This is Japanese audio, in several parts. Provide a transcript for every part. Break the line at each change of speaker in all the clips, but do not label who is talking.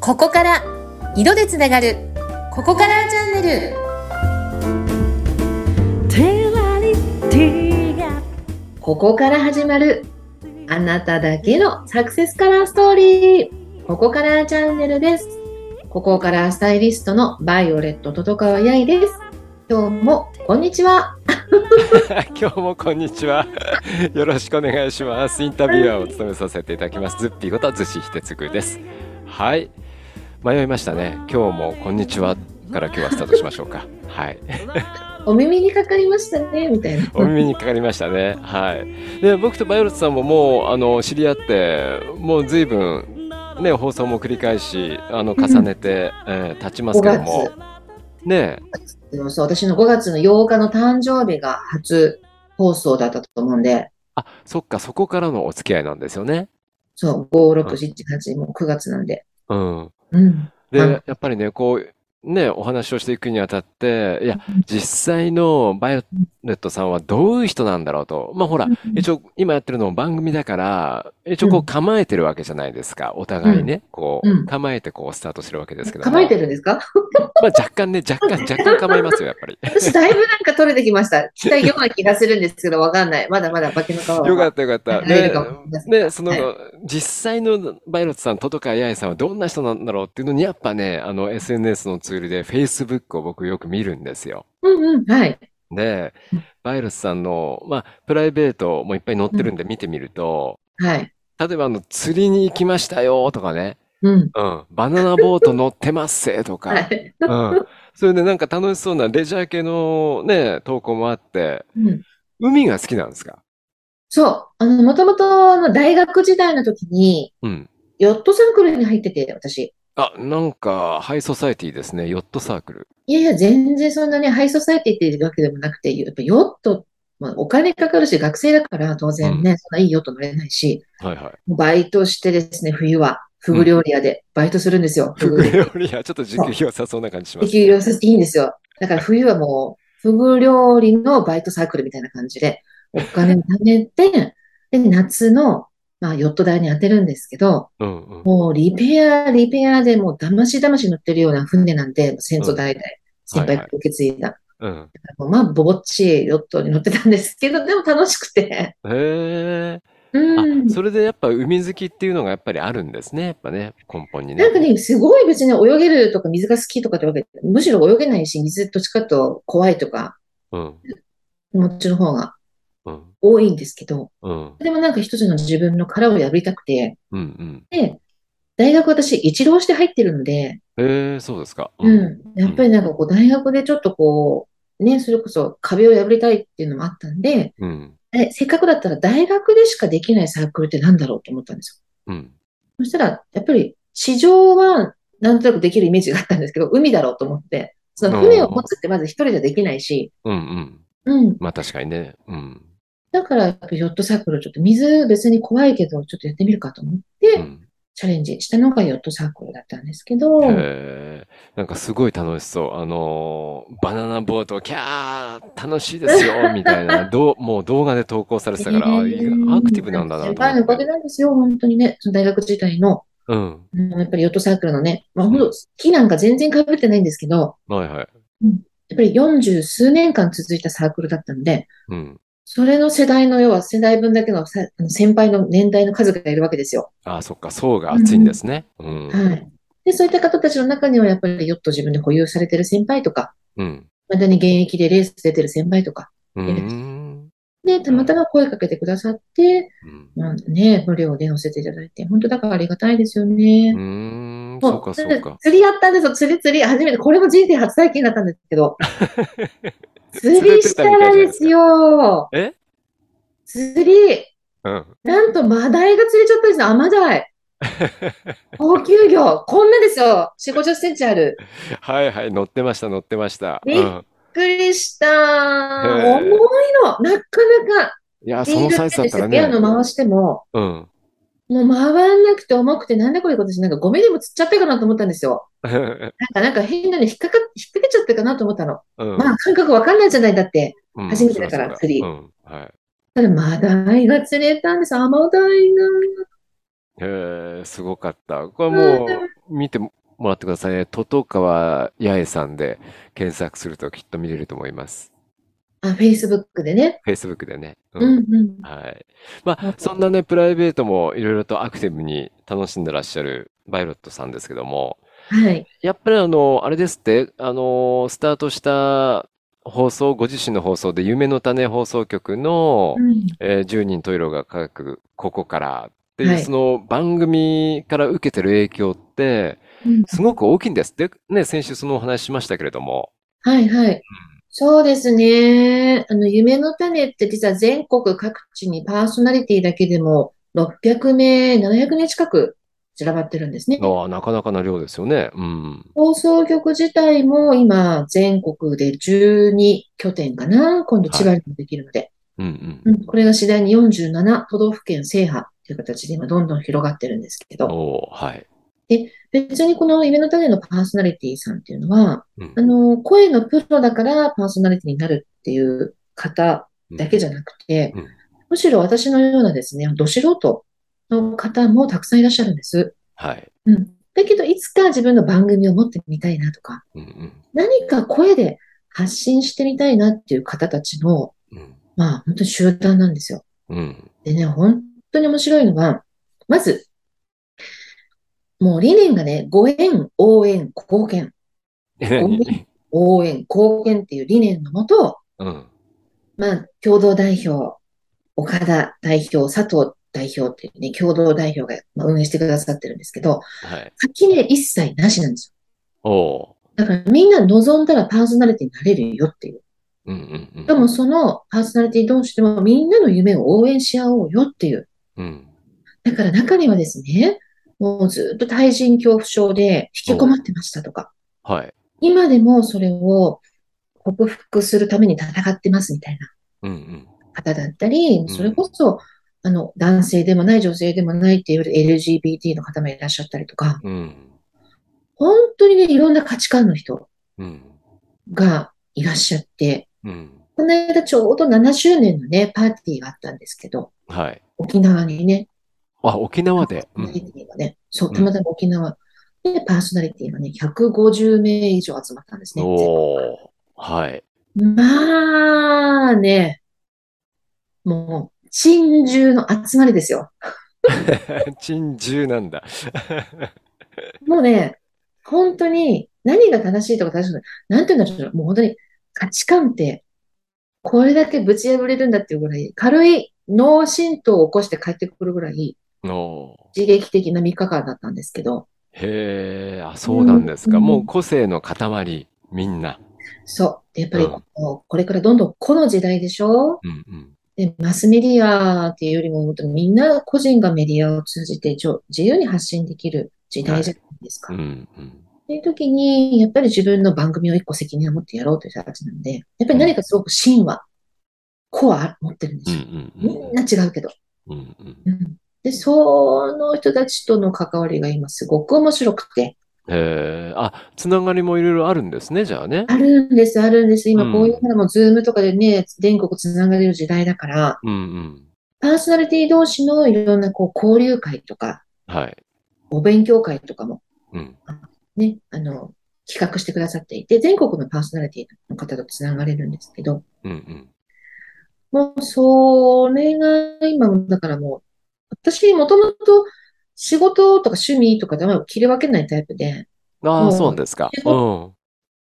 ここから色でつながるここからチャンネル
テラリティが
ここから始まるあなただけのサクセスカラーストーリーここからチャンネルですここからスタイリストのバイオレットととかわやいです今日もこんにちは
今日もこんにちは。よろしくお願いします。インタビュアーを務めさせていただきます。ズッピーこと逗子秀次です。はい。迷いましたね。今日もこんにちはから今日はスタートしましょうか。はい。
お耳にかかりましたねみたいな
お耳にかかりましたね。はい。で、僕とバイオルトさんももう、あの、知り合って、もう随分、ね、放送も繰り返し、あの、重ねて、えー経ちます
5
けど
月
も。ね
でもそう私の5月の8日の誕生日が初放送だったと思うんで
あ、そっか、そこからのお付き合いなんですよね。
そう5678もう9月なんで
うん。
うんは
で
い、
やっぱりね、こう、ね、お話をしていくにあたって、いや、実際のバイオレットさんはどういう人なんだろうと。まあほら、一応今やってるのも番組だから、一応こ
う
うん構えてるわけじゃないですか。お互いね、こ
う
うん構えてこうスタートしてるわけですけども。
構えてるんですか
まあ若干ね、若干、若干構えますよ、やっぱり。
私、だいぶなんか取れてきました。期待4な気がするんですけど、わかんない。まだまだ化けの皮は。
よかったよか った。
入れ
ね
るかもしれません
ね、その、
は
実際のバイロットさん、トトカヤエさんはどんな人なんだろうっていうのに、やっぱね、あの SNS のツールで Facebook を僕よく見るんですよ。
うんうん。はい。
で
うん、
バイルスさんの、まあ、プライベートもいっぱい載ってるんで見てみると、
はい。
例えばあの、釣りに行きましたよとかね、
うん。
うん、バナナボート乗ってますせと
は
か、
い。
うん、それでなんか楽しそうなレジャー系のね、投稿もあって、
うん、
海が好きなんですか
そう。あの、もともと、あの、大学時代の時に、
うん。
ヨットサークルに入ってて、私。
あ、なんか、ハイソサイティですね、ヨットサークル。
いやいや、全然そんなね、ハイソサイティっていうわけでもなくて、やっぱヨット、まあ、お金かかるし、学生だから当然ね、そんないいヨット乗れないし、
はいはい。
バイトしてですね、冬は、フグ料理屋でバイトするんですよ。フ
フ
グ
グ料理屋、ちょっと時給良さそうな感じしま
です給料させていいんですよ。だから冬はもう、フグ料理のバイトサークルみたいな感じで、お金を貯めて、で、夏の、まあ、ヨット代に当てるんですけど、
うんうん。
もうリペア、リペアでもう、だましだまし乗ってるような船なんで、先祖代々、先輩から受け継いだ。
うん。
もうまあ、ぼぼっちいヨットに乗ってたんですけど、でも楽しくて。
へえ。
う
あ、
ん。
それでやっぱ海好きっていうのがやっぱりあるんですね、やっぱね、根本にね
なん。かね、すごい別に泳げるとか水が好きとかってわけ、むしろ泳げないし、水どっちかと怖いとか、
うん、
気持ちの方が
うん、
多いんですけど、
うん、
でもなんか一つの自分の殻を破りたくて、
うん、うん。
で、大学私一浪して入ってるので、
へえ、そうですか。
う。ん、やっぱりなんかこう大学でちょっとこう、ね、それこそ壁を破りたいっていうのもあったんで、
うん、
えせっかくだったら大学でしかできないサークルってなんだろうと思ったんです
うん。
よ。そしたら、やっぱり市場はなんとなくできるイメージがあったんですけど、海だろうと思って、その船を持つってまず一人じゃできないし、
うん、うん。
うん。
まあ確かにね。うん、
だから、やっぱヨットサークル、ちょっと水別に怖いけど、ちょっとやってみるかと思って、
うん。
チャレンジしたのがヨットサークルだったんですけど、
へえ、なんかすごい楽しそう。あのー、バナナボート、キャー、楽しいですよ、みたいな、どう、もう動画で投稿されてたから、ああいいアクティブなんだな
先
と思
輩のおか
っ
げ
て。
なんですよ、本当にね。その大学時代の、
うん、
うんやっぱりヨットサークルのね、まあ、
うん
ほんと、好きなんか全然被ってないんですけど、
はいはい。
やっぱり40数年間続いたサークルだったので、
うん。
それの世代の、要は世代分だけのさあの先輩の年代の数がいるわけですよ。
ああ、そっか、層が厚いんですね。うん、
はい。で、そういった方たちの中には、やっぱりヨット自分で保有されてる先輩とか、
うん、
まだに現役でレース出てる先輩とか、
うーん、
で、たまたま声かけてくださって、
うん。
まあね、無料で乗せていただいて、本当だからありがたいですよ
う
ね。
ーん、
も
そうか、そ
な
うんか。
釣りやったんですよ、釣り釣り、初めて、これも人生初体験だったんですけ ど、釣
釣れ
り
て
した
みたい
ら
じゃない
で
です
す
か
よ。
え
釣り、
うん。
なんとマダイが釣れちゃったんですよ、アマダイ。高級魚、こんなですよ、4、50センチある。
はいはい、乗ってました、乗ってました。
びっ
うん
びっくりした。
へえ
重いの、なかなか。
いや、そ
ビー
の
ル
サイズだったら
ペースでペアの回
ね。
しても、
うん。
もう回んなくて重くて、なんだこれ私、なんかゴミでも釣っちゃったかなと思ったんですよ。なんか、なんか変なのに引っかかっ、引っ掛けちゃったかなと思ったの。
うん
まあ、感覚わかんないじゃない、だって。
うん
初めてだから
そう
釣り
うん。はい。
ただ、マダイが釣れたんです。アマダイが。
へえ、すごかった。これもう、見てももらってくださいね。トトカワ八重さんで検索するときっと見れると思います。
あ、Facebook でね。
Facebook でね。う
うんんうん。
はい。ま
う
あ
ん、
そんなね、プライベートもいろいろとアクティブに楽しんでらっしゃるバイロットさんですけども、
はい。
やっぱりあの、あれですって、あの、スタートした放送、ご自身の放送で、夢の種放送局の
う、ん
えー10人トイロが輝く、ここからっていう、
はい
その番組から受けてる影響って、
うん
すごく大きいんですって、ね、先週そのお話ししましたけれども、
はいはい。そうですね。あの、夢の種って実は全国各地にパーソナリティだけでも600名、700名近く散らばってるんですね。
ああ、なかなかな量ですよね。うん。
放送局自体も今全国で12拠点かな。今度千葉にもできるので。
うんうん。
うん、これが次第に47都道府県制覇という形で今どんどん広がってるんですけど、
おー、はい。
別にこの夢の種のパーソナリティさんっていうのは、
うん
あの、声のプロだからパーソナリティになるっていう方だけじゃなくて、
うん
むしろ私のようなですね、ど素人の方もたくさんいらっしゃるんです。
はい。
うん。だけど、いつか自分の番組を持ってみたいなとか、
うん
何か声で発信してみたいなっていう方たちの、
うん。うん。
まあ、本当に集団なんですよ。
うん。
でね、本当に面白いのは、まず、もう理念がね、ご縁、応援、貢献、
え、何
応援、貢献っていう理念のもと、
うん。
まあ、共同代表、岡田代表、佐藤代表っていうね、共同代表がまあ運営してくださってるんですけど、
はい。
垣根一切なしなんです
おー。
よ。だからみんな望んだらパーソナリティになれるよっていう。
うんうんうん。
でもそのパーソナリティ同士でもみんなの夢を応援し合おうよっていう。
うん。
だから中にはですね、もうずっと対人恐怖症で引きこもってましたとか、
はい。
今でもそれを克服するために戦ってますみたいな
うんうん。
方だったり
ん、
それこそ、あの、男性でもない女性でもないっていう LGBT の方もいらっしゃったりとか、
うん。
本当にね、いろんな価値観の人
うん。
がいらっしゃって、
うん。
この間ちょうど7周年のね、パーティーがあったんですけど、
はい。
沖縄にね、
あ、沖縄で。
パ
う
ーソナリ
ん。
ティがね、そう、たまたま沖縄でパーソナリティがね、150名以上集まったんですね。
おー。はい。
まあね、もう、珍獣の集まりですよ。
珍獣なんだ。
もうね、本当に何が正しいとか正しくない、なんて言うんだろう、もう本当に価値観って、これだけぶち破れるんだっていうぐらい、軽い脳震盪を起こして帰ってくるぐらい、
おー。
刺激的な3日間だったんですけど、
へえ、あ、そうなんですか。
うん
もう個性の塊、みんな。
そう。でやっぱり
うん
こうこれからどんどんこの時代でしょ
うんうん。
で、マスメディアっていうよりも、本当にみんな個人がメディアを通じてちょ自由に発信できる時代じゃないです
う
か。っ
んうん。
ていう時に、やっぱり自分の番組を一個責任を持ってやろうという形なんで、やっぱり何かすごく芯は、コア持ってるんで
うん
すよ。
うん
みんな違うけど。
うん。うんうん。
うんで、その人たちとの関わりが今すごく面白くて、
へえ、あ、つながりもいろいろあるんですね、じゃあね。
あるんです、あるんです。
う
今
ん
こういうのもズームとかでね、全国つながれる時代だから、
うんうん。
パーソナリティ同士のいろんなこう交流会とか、
はい。
お勉強会とかも
うん。
ね、あの、企画してくださっていて、全国のパーソナリティの方とつながれるんですけど、
うんうん。
もう、それが今も、だからもう、私、もともと仕事とか趣味とかでは切り分けないタイプで、
あ
う
あ、
ん
そうなんですか。
仕
うん。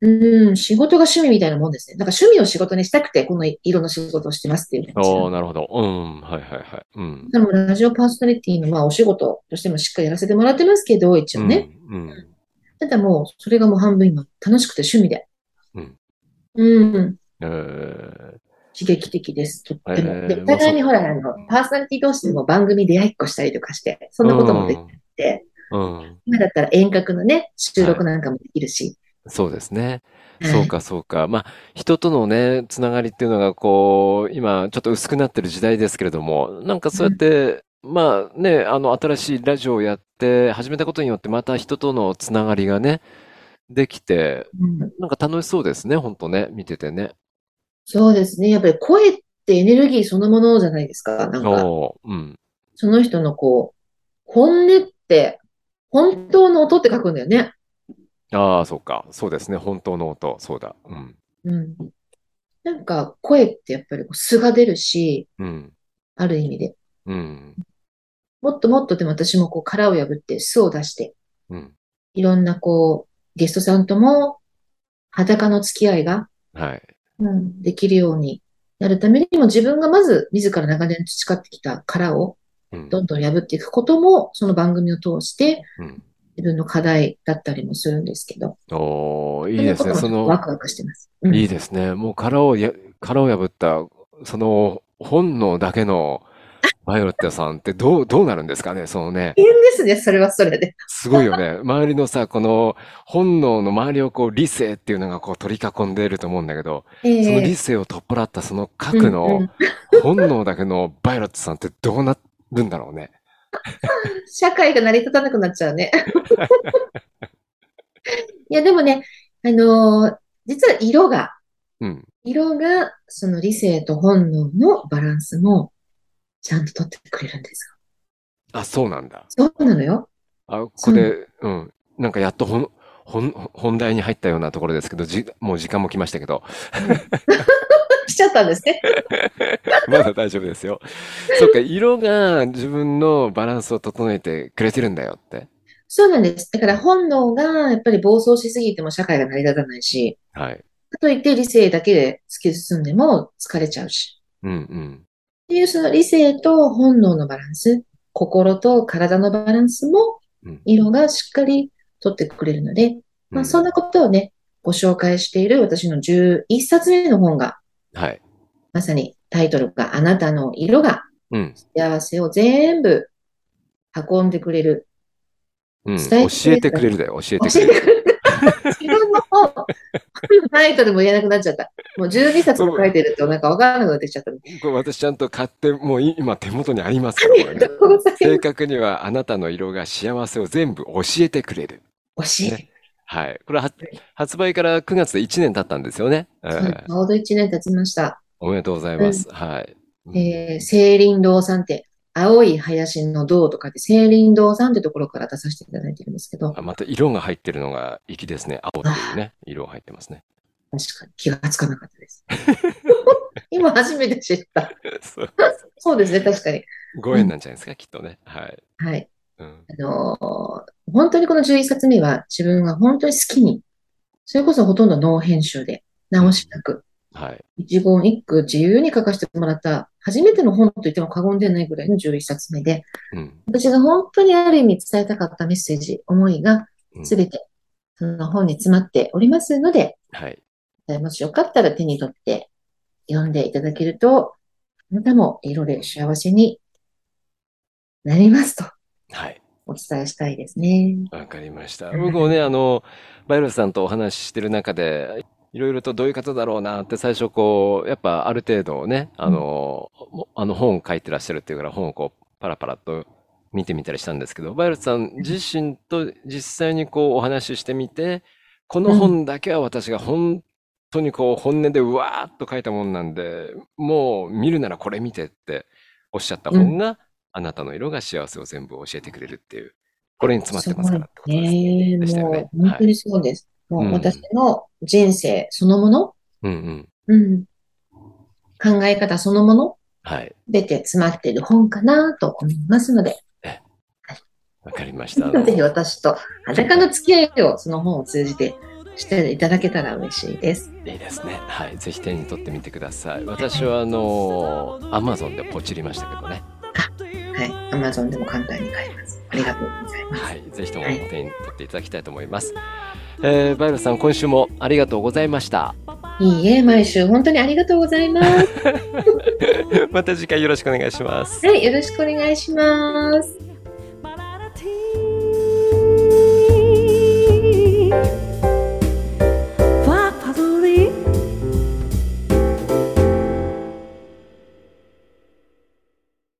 うん、仕事が趣味みたいなもんですね。だから趣味を仕事にしたくて、この色の仕事をしてますっていう感じ
おー、なるほど。うん。はいはいはい。うん。
でもラジオパーソナリティのまあお仕事としてもしっかりやらせてもらってますけど、一
う
応
ん。
ね。
うん。
ただもう、それがもう半分今、楽しくて趣味で。
うん。
うん。
えー
刺激的です。とって
えー
も。で、お互いにほら、あの、パーソナリティ同士でも番組出会いっこしたりとかして、そんなこともできて、
うん。うん
今だったら遠隔のね、収録なんかもできるし。
そうですね。
はい
そうか、そうか。まあ、人とのね、つながりっていうのが、こう、今、ちょっと薄くなってる時代ですけれども、なんかそうやって、まあね、あの、新しいラジオをやって、始めたことによって、また人とのつながりがね、できて、
うん
なんか楽しそうですね、ほんとね、見ててね。
そうですね。やっぱり声ってエネルギーそのものじゃないですか。なんか、
おーうん。
その人のこう、本音って、本当の音って書くんだよね。
ああ、そうか。そうですね。本当の音。そうだ。うん。
うん。なんか、声ってやっぱりこう素が出るし、
うん。
ある意味で。
うん。
もっともっとでも私もこう殻を破って素を出して、
うん。
いろんなこう、ゲストさんとも裸の付き合いが、
はい。
うん、できるようになるためにも自分がまず自ら長年培ってきた殻を
うん。
どんどん破っていくことも、その番組を通して
うん
自分の課題だったりもするんですけど、
おー、いいですね。
そう
そ
いうことも
の、
ワクワクしてます。うん
いいですね。もう殻をや、殻を破った、その本能だけのバイオレットさんってどう、どうなるんですかね、そのね。
変ですね、それはそれで。
すごいよね。周りのさ、この本能の周りをこう理性っていうのがこう取り囲んでいると思うんだけど、 その
え
理
え
性を取っ払ったその核
うんう
の
ん
本能だけのバイオレットさんってどうなるんだろうね。
社会が成り立たなくなっちゃう ね。いや、でもね、あのー実は色が、
うん。
色が、その理性と本能のバランスも、ちゃんと取ってくれるんですよ。
あ、そうなんだ。
そうなのよ。
あ、ここで、うん。なんかやっと本、本、本題に入ったようなところですけど、じ、もう時間も来ましたけど、
しちゃったんですね。
まだ大丈夫ですよ。そっか、色が自分のバランスを整えてくれてるんだよって。
そうなんです。だから本能が、やっぱり暴走しすぎても社会が成り立たないし、
はい。
かといって理性だけで突き進んでも疲れちゃうし。
うんうん。
っていうその理性と本能のバランス、心と体のバランスも
うん
色がしっかり取ってくれるので、まあ、
うん
そんなことをね、ご紹介している私の11冊目の本が、
はい。
まさにタイトルがあなたの色が
うん。
幸せを全部運んでくれる。
うん。
伝えてくれる
教えてくれるだよ。教え
教
てく
えて
れる。
くれる。自分の本、タイトルも言えなくなっちゃった。もう12冊も書いてるとなんかわからなくなってきちゃった。あ
これ私ちゃんと買って、もうい今手元にありますから、これ
り
ね
が。とうございます。
正確にはあなたの色が幸せを全部教えてくれる。
教えて。
はい。これは発売から9月で1年経ったんですよね。え
そう
ー
ちょうど1年経ちました。
おめでとうございます。はい。
えー、青林堂さんって、青い林の堂とかって、青林堂さんってところから出させていただいてるんですけど、
あ
確
また色が入ってるのが粋ですね。青っていうね。色入ってますね。
かに気がつかなかったです。今初めて知った。
そう
そうですね、確かに。
ご縁なんじゃないですか、きっとね。はい。
はい。
うん。
あのー本当にこの11冊目は自分が本当に好きに、それこそほとんどノー編集で、直しなく、
はい。
一言一句自由に書かせてもらった、初めての本と言っても過言ではないぐらいの11冊目で、
うん。
私が本当にある意味伝えたかったメッセージ、思いが
うん
すべてその本に詰まっておりますので、
はい。
えーもしよかったら手に取って読んでいただけると、あなたも色で幸せになりますと
はい。
お伝えしたいですね。
わかりました。僕もね、あの、バイロスさんとお話ししてる中で、いろいろとどういう方だろうなって最初こう、やっぱある程度ね、あの、もあの本を書いてらっしゃるっていうから本をこう、パラパラと見てみたりしたんですけど、バイロスさん自身と実際にこうお話ししてみて、この本だけは私が本当にこう本音でうわーっと書いたもんなんで、もう見るならこれ見てっておっしゃった本が、あなたの色が幸せを全部教えてくれるっていう、これに詰まってますからってことですね。
ね
でしたよ
も
ね
う本当にそうです。
い
もう私の人生そのもの、
うんうん。
うん、考え方そのもの、
はい。
出て詰まっている本かなと思いますので、
わかりました。あの
ぜひ私と裸の付き合いをその本を通じてしていただけたら嬉しいです。
いいですね。はい。ぜひ手に取ってみてください。私は、あの、アマゾンでポチりましたけどね。
はい。Amazon でも簡単に買えます。ありがとうございます。
はい。ぜひとも手に取っていただきたいと思います。えー、バイロさん、今週もありがとうございま した。
いいえ、毎週本当にありがとうございます。
また次回よろしくお願いします。
はい。よろしくお願いします。